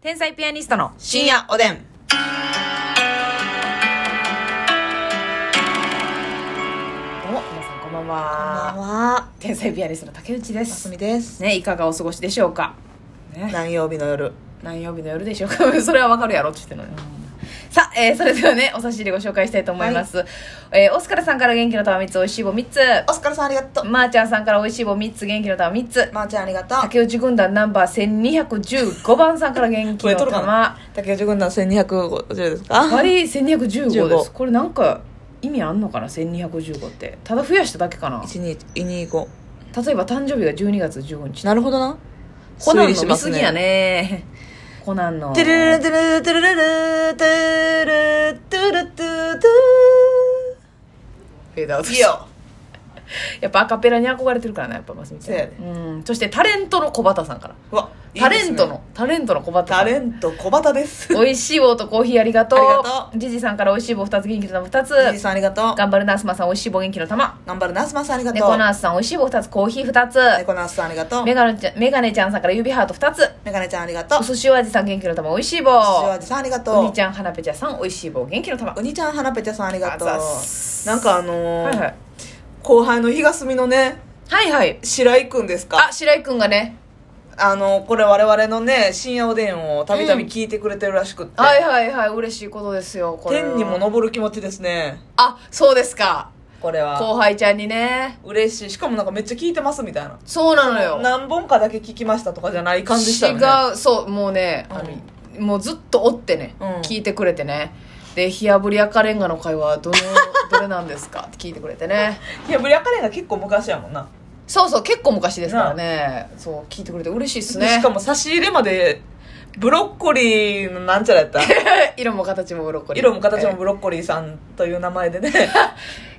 天才ピアニストの深夜おでん。どうも皆さんこんばんこはは。天才ピアニストの竹内であすすみです。ねいかがお過ごしでしょうかね何曜日の夜。何曜日の夜でしょうか それはわかるやろって言ってるのに、さあ、えーそれではねお差し入れご紹介したいと思います、えーオスカルさんから元気の玉3つおいしい棒3つオスカルさんありがとう。まー、ちゃんさんからおいしい棒3つ元気の玉3つまー、ちゃんありがとう。竹内軍団ナンバー1215番さんから元気超えのとるか玉な竹内軍団1250ですか割り1215です15これなんか意味あんのかな1215ってただ増やしただけかな ?1225。例えば誕生日が12月15日なるほどな。コナンの推理し見ますすぎねやねコナンのてるるてるてるるるてるてるてるてるフェードアウトいいよ。やっぱアカペラに憧れてるからなやっぱますみちゃんそうやでうんそしてタレントの小畑さんからうわ、タレントいいですねの。タレントの小畑さタんレント小畑です。おいしい棒とコーヒーありがとうありがとジジさんからおいしい棒2つ元気の玉2つじいさんありがとう。頑張るナースマンさんおいしい棒元気の玉頑張るナスマさんありがとう。猫ナースさんおいしい棒2つコーヒー2つ猫ナースさんありがとう。メガネちゃんメガネちゃんさんから指ハート2つメガネちゃんありがとう。お寿司お味さん元気の玉おいしい棒塩味さんありがとう。お兄ちゃん花ぺちゃさんおいしい棒元気の玉お兄ちゃんはなぺちゃさんありがとうあざっすなんかあのーはいはい後輩の東みのねはいはい白井くんですかあ白井くんがねあのーこれ我々のね深夜おでんをたびたび聞いてくれてるらしくって、はいはいはい嬉しいことですよこれは天にも昇る気持ちですねあそうですかこれは後輩ちゃんにね嬉しいしかもなんかめっちゃ聞いてますみたいなそうなのよ何本かだけ聞きましたとかじゃない感じでしたよね違うそうもうね、あのもうずっとおってね、うん聞いてくれてねで「火炙り赤レンガの会は どのどれなんですか?」って聞いてくれてねいやブリアカレンが結構昔やもんな、そうそう結構昔ですからねそう聞いてくれて嬉しいっすでねしかも差し入れまでブロッコリーのなんちゃらや った 色も形もブロッコリー色も形もブロッコリーさんという名前でね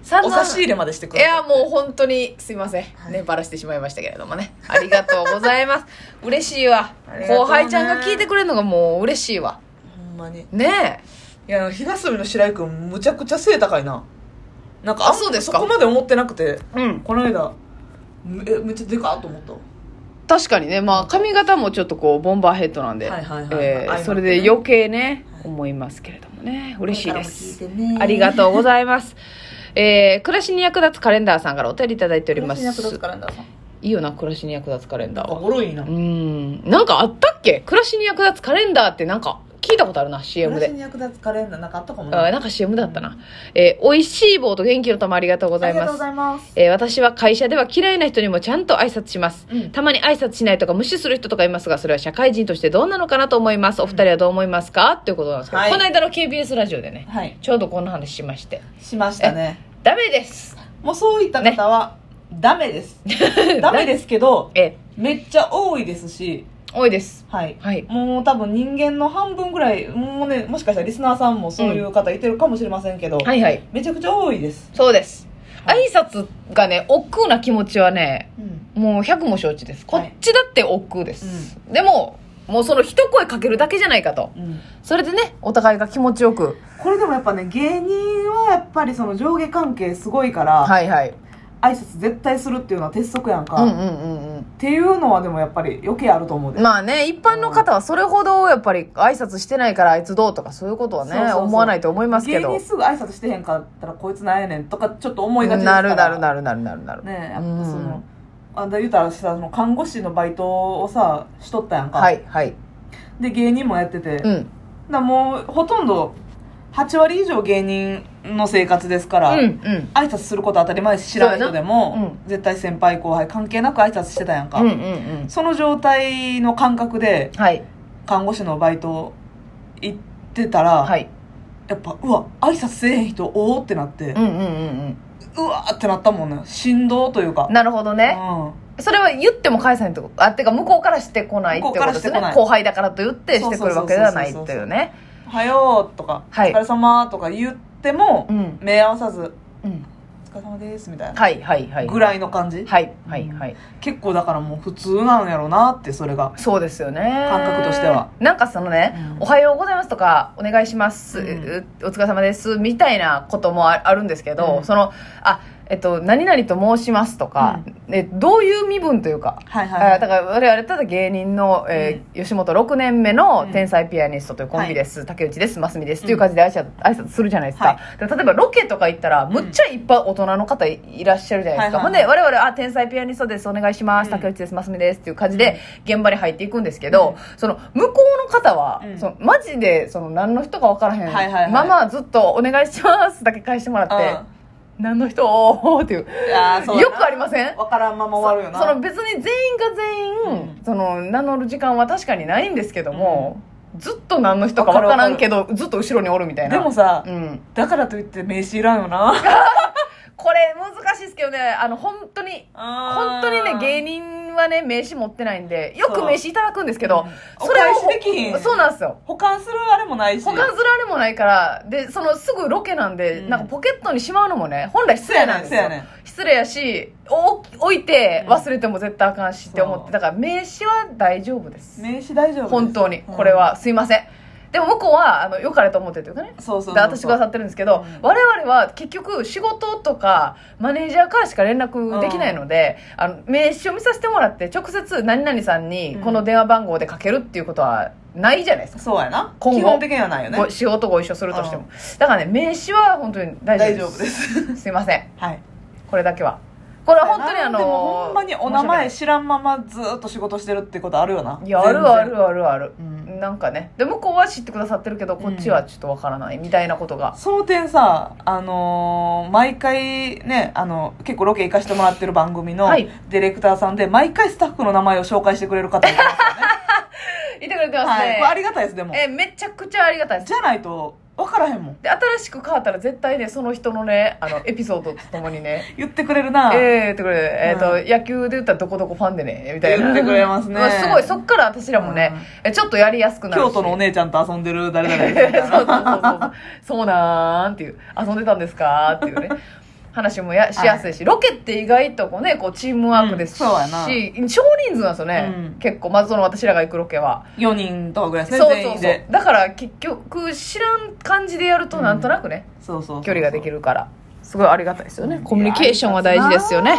散お々差し入れまでしてくいれたやもう本当にすいません、ねバラしてしまいましたけれどもねありがとうござい ます嬉しいわありがとうね後輩ちゃんが聞いてくれるのがもう嬉しいわほんまにいねや日がすみの白井君むちゃくちゃ背高いななんかあんそうですかそこまで思ってなくてえうんこの間めめっちゃでかっと思った確かにねまあ髪型もちょっとこうボンバーヘッドなんではいはいはいえあー今それで余計ね思いますけれどもね嬉しいですこれからも聞いてねありがとうございますえー、暮らしに役立つカレンダーさんからお便りいただいておりますからんださいいよな暮らしに役立つカレンダーはおもろいなうんなんかあったっけ暮らしに役立つカレンダーってなんか聞いたことあるな CM 暮らでしに役立つカレンダーなかあったかもあななんか CM だったな。えー、美味しい棒と元気の玉ありがとうござあいりがまとうすご。ざいますえー私は会社では嫌いな人にもちゃんと挨拶します、うんたまに挨拶しないとか無視する人とかいますがそれは社会人としてどうなのかなと思いますお二人はどう思いますかっていうことなんですけど、はいこの間の KBS ラジオでねはいちょうどこの話しましてしましたねダメですもうそういった方は、ダメです ダメですけどえめっちゃ多いですし多いですはいはいもう多分人間の半分ぐらいもうねもしかしたらリスナーさんもそういう方いてるかもしれませんけど、はいはいめちゃくちゃ多いです、そうですは挨拶がね億劫な気持ちはねもう100も承知ですこはいっちだって億劫です、でももうその一声かけるだけじゃないかとそれでねお互いが気持ちよくこれでもやっぱね芸人はやっぱりその上下関係すごいから、はいはい挨拶絶対するっていうのは鉄則やんか、うんうっんうんうんていうのはでもやっぱり余計あると思うで、まあね一般の方はそれほどやっぱり挨拶してないからあいつどうとかそういうことはねそうそうそう思わないと思いますけ芸ど人すぐ挨拶してへんかったらこいつなんやねんとかちょっと思いがちですかならるなるなるなるなるなるねえやっぱうんその、あんた言うたらさその看護師のバイトをさしとったやんか、はいはいで芸人もやってて、うんだからもうほとんど8割以上芸人の生活ですから、うんうん挨拶すること当たり前です知らない人でそうやなも、う絶対先輩後輩関係なく挨拶してたやんか、うんうんうんその状態の感覚ではい看護師のバイト行ってたら、はいやっぱうわ挨拶せえへん人おおってなって、うんうんうんうわーってなったもんね振動というかうんなるほどねそれは言っても返さないってことあってか向こうからしてこないってことです向こうからしてこねない後輩だからと言ってしてくるわけではないっていうねうん「はよう」とか「はいお疲れ様とか言っても、うん目合わさずうん「お疲れ様です」みたいなはいはいはいぐらいの感じ、はいはいはい結構だからもう普通なんやろうなってそれがそうですよね感覚としてはなんかそのね、うんおはようございます」とか「お願いします」うんうお疲れ様です」みたいなこともああるんですけど、うんそのあえっと、何々と申しますとか、えどういう身分というか、はいはいはいあだから我々ただ芸人の、えー吉本6年目の天才ピアニストというコンビです、竹内です真澄ですっていう感じで挨拶,、挨拶するじゃないですか、で例えばロケとか行ったらむっちゃいっぱい大人の方いいらっしゃるじゃないですか、はいはいほんで我々「あ天才ピアニストですお願いします、うん竹内です真澄です」っていう感じで現場に入っていくんですけど、その向こうの方は、うんそのマジでその何の人か分からへん、はいはいはいまあまあずっと「お願いします」だけ返してもらって。何の人おーっていういやーそうだなよくありませんわからんまま終わるよなその別に全員が全員、うその名乗る時間は確かにないんですけども、ずっと何の人か分からんけどずっと後ろにおるみたいなでもさ、うん、だからといって名刺いらんよなこれ難しいですけどねあの本当に本本当にね芸人はね名刺持ってないんでよくそう名刺いただくんですけどうんをお返しできひんそうなんですよ保管するあれもないし保管するあれもないからでそのすぐロケなんで、うんなんかポケットにしまうのもね本来失礼なんですよそうやねんそうや失礼やしお置いて忘れても絶対あかんしって思っそてうだから名刺は大丈夫です名刺大丈夫です本当にうんこれは、すいませんでも向こうはあの良かれと思ってというかねそうそうそうで私くださってるんですけど、うん我々は結局仕事とかマネージャーからしか連絡できないので、あの名刺を見させてもらって直接何々さんにうんこの電話番号でかけるっていうことはないじゃないですか、そうやな今後基本的にはないよねご仕事ご一緒するとしても、だからね名刺は本当に大丈夫大です丈夫です すいませんはいこれだけはこれは本当にあのでもほんまにお名前申し知らんままずっと仕事してるってことあるよな訳ないいやあるあ全る然あるある、うんなんかねで向こうは知ってくださってるけどこっちはちょっとわからないみたいなことが、その点さあのー毎回ねあの結構ロケ行かしてもらってる番組のはいディレクターさんで、毎回スタッフの名前を紹介してくれる方 いますよね、いてくれてますはい、ねこれ、ありがたいですでもえめちゃくちゃありがたいですじゃないと分からへんもんで新しく変わったら絶対ねその人のねあのエピソードとともに ね言ってくれるな、ええってこれ、えっとう野球で言ったらどこどこファンでねみたいな言ってくれますねあすごいそっから私らもね、えちょっとやりやすくなるし京都のお姉ちゃんと遊んでる誰 々ですみたいそうそうそうなそうそうなんっていう遊んでたんですかっていうね話もやしやすいし、ロケって意外とこうねこうチームワークですし、うんそうやな少人数なんですよね、うん結構まずその私らが行くロケは、 4人とかぐらいですそうねそ全う員そうでだから結局知らん感じでやるとなんとなくね、そうそうそう距離ができるからすごいありがたいですよね、コミュニケーションはあり大が事たいなですよね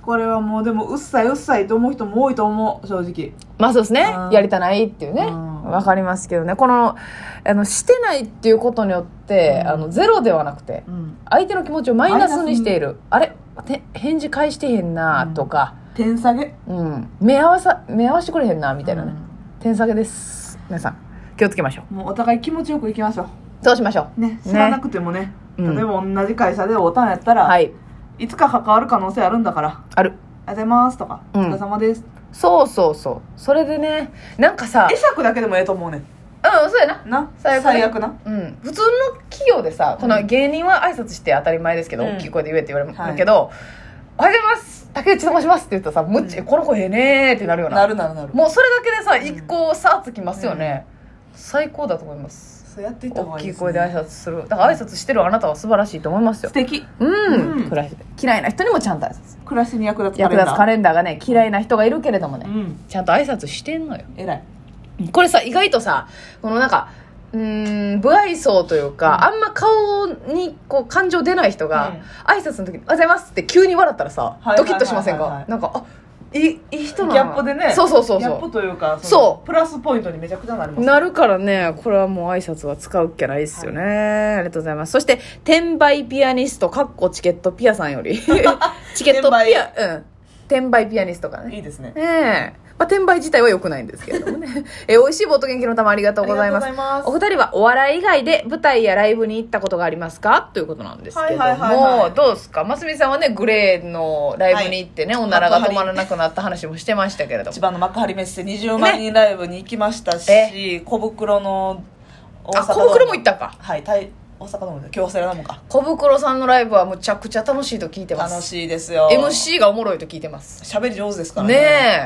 これはもうでもうっさいうっさいと思う人も多いと思う正直まあそうですねうんやりたないっていうねうんわかりますけどねこのあのしてないっていうことによって、うんあのゼロではなくてうん相手の気持ちをマイナスにしているあれて返事返してへんなとか、点下げうん目合わさ目合わしてくれへんなみたいなね、う点下げです皆さん気をつけましょうんもうお互い気持ちよくいきましょそうしましょうね知らなくてもねうん例えば同じ会社でおたんやったうら、、はいいつか関わる可能性あるんだからある「ありがとうございます」とか「うんお疲れ様です」そうそうそうそれでねなんかさ会釈だけでもええと思うねんうんそうやなな最悪ね最悪なうん、普通の企業でさこの芸人は挨拶して当たり前ですけど、うん大きい声で言えって言われるけど「おはようございます竹内と申します」って言ったらさ「むっち、うんこの子ええねー」ってなるよななるなるなるもうそれだけでさん一個さつきますよね、最高だと思いますそうやっていった方大がいきいいです声で挨拶するだから挨拶してるあなたは素晴らしいと思いますよ素敵うん、うん暮らしで嫌いな人にもちゃんと挨拶暮らしに役立つ役立つカレレンダーがね嫌いな人がいるけれどもね、うんちゃんと挨拶してんのよ偉いこれさ意外とさこのなんかうーん不愛想というか、あんま顔にこう感情出ない人が、挨拶の時に「おはようございます」って急に笑ったらさ、はいはいはいドはいキッとしませんか、なんかあいいいい人なのギャップでねそうそうそうギそャップうというかのそうプラスポイントにめちゃくちゃなりますなるからねこれはもう挨拶は使うっきゃないですよね、ありがとうございますそして転売ピアニストかっこチケットピアさんよ りチケットピアうん転売ピアニストからねいいですねええまあ、転売自体は良くないんですけれどもね。 えー美味しい棒と元気の玉ありがとうございますありがとうおござい二人はお笑い以外で舞台やライブに行ったことがありますかということなんですけども、はいはいはいはいどうですかますみさんはね、グレーのライブに行ってね、おならが止まらなくなった話もしてましたけれど千も。葉の幕張メッセ20万人ライブに行きましたし、え小袋の大あ、阪小袋も行っったか。はい大大阪ドームで京セラドームか小袋さんのライブはむちゃくちゃ楽しいと聞いてま楽す。しいですよ MC がおもろいと聞いてます。喋り上手ですからねね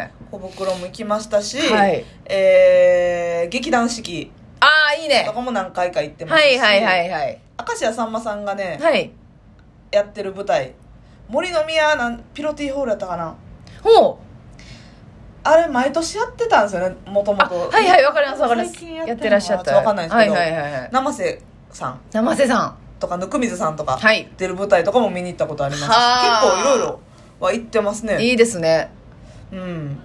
え。小袋も行きましたし、はいえー劇団四季ああ、いいねと。かも何回か行ってまはすしいはいはいはい。明石家さんまさんがね、はい。やってる舞台森の宮なんピロティホールやったかなほう。あれ毎年やってたんですよねもともあ、とはいはい、わかりますわかります。最近ややっっててららっっししゃゃっ。ったたわかんないですけどはいはいはいはい。生瀬さん生瀬さん。とか、ぬくみずさんとか、はい出る舞台とかも見に行ったことありますし結はあ構いろいろは行ってますね。いいですねうん。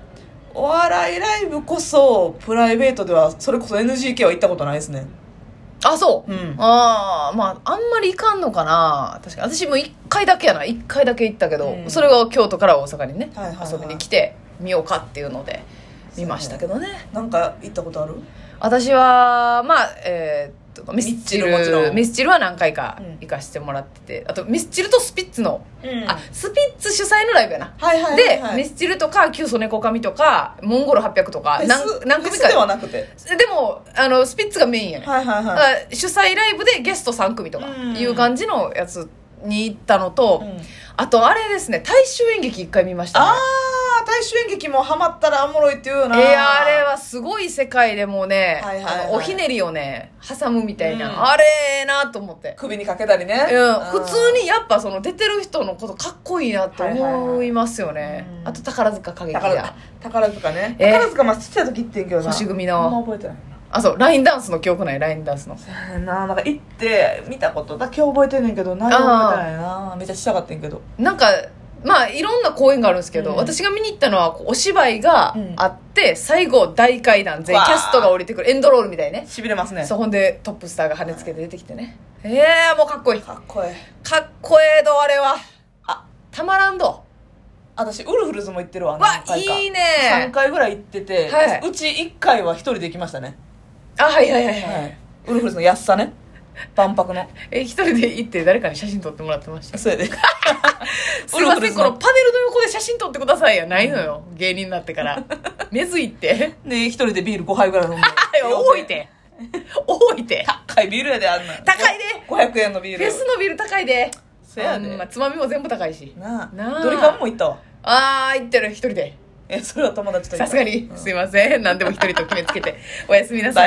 お笑いライブこそ、プライベートでは、それこそ NGK は行ったことないですね。あそう、うんああまああんまり行かんのかな確かに私も1回だけやな1回だけ行ったけど、うんそれが京都から大阪にね、はいはいはい遊びに来てみようかっていうので見ましたけどねなんか行ったことある私はまあえーっとミスチルミスチルもちろんミスチルは何回かうん行かしてもらってて、あとミスチルとスピッツの、うんあスピッツ主催のライブやな、はいはいはい、で、はい。ミスチルとか旧ソネコカミとかモンゴル800とかフェ何ス何フェ組スではかなくて。でもあのスピッツがメインやね、はいはいだかはい。ら主催ライブでゲスト3組とかうんいう感じのやつに行ったのと、うんあとあれですね大衆演劇1回見ました、ねああ大衆演劇もハマったらおもろいっていうよいなやあれはすごい世界でもうね、はいはいはいあのおひねりをね挟むみたいな、うんあれええなと思って、首にかけたりね、うん、普通にやっぱその出てる人のことかっこいいなって思いますよね、はいはいはいうんあと宝塚歌劇宝や塚宝塚ね、えー宝塚まあちっちゃい時行ってんけどな星組あんのま覚えてないあそうラインダンスの記憶ないラインダンスのななんか行って見たことだけ覚えてんねんけど内容覚えてないなめっちゃちっちゃかったんけどなんかまあいろんな公演があるんですけど、うん私が見に行ったのはこうお芝居がうんあって、最後大階段全員わあキャストが降りてくるエンドロールみたいねしびれますねそこでトップスターが跳ねつけて出てきてねええもうかっこいいかかっこいいっこええどあれはあたまらんど私ウルフルズも行ってるわわ何回かいい3ね回ぐらい行ってて、はいうち1回は1人で行きましたね、あはいはいはいは、はいい、ウルフルズの安さね万博のえ一人で行って誰かに写真撮ってもらってましたそうや ですいませんこのパネルの横で写真撮ってくださいやないのよ芸人になってから 根付いてで一人でビール5杯ぐらい飲んで 多いて多い て高いビールやであんなん高いで500円のビーフルェスのビール高いでそやであんまつまみも全部高いしなあなあドリカムも行ったわあー行ってる一人でえそれは友達と行ったさすがに、すいません何でも一人と決めつけておやすみなさい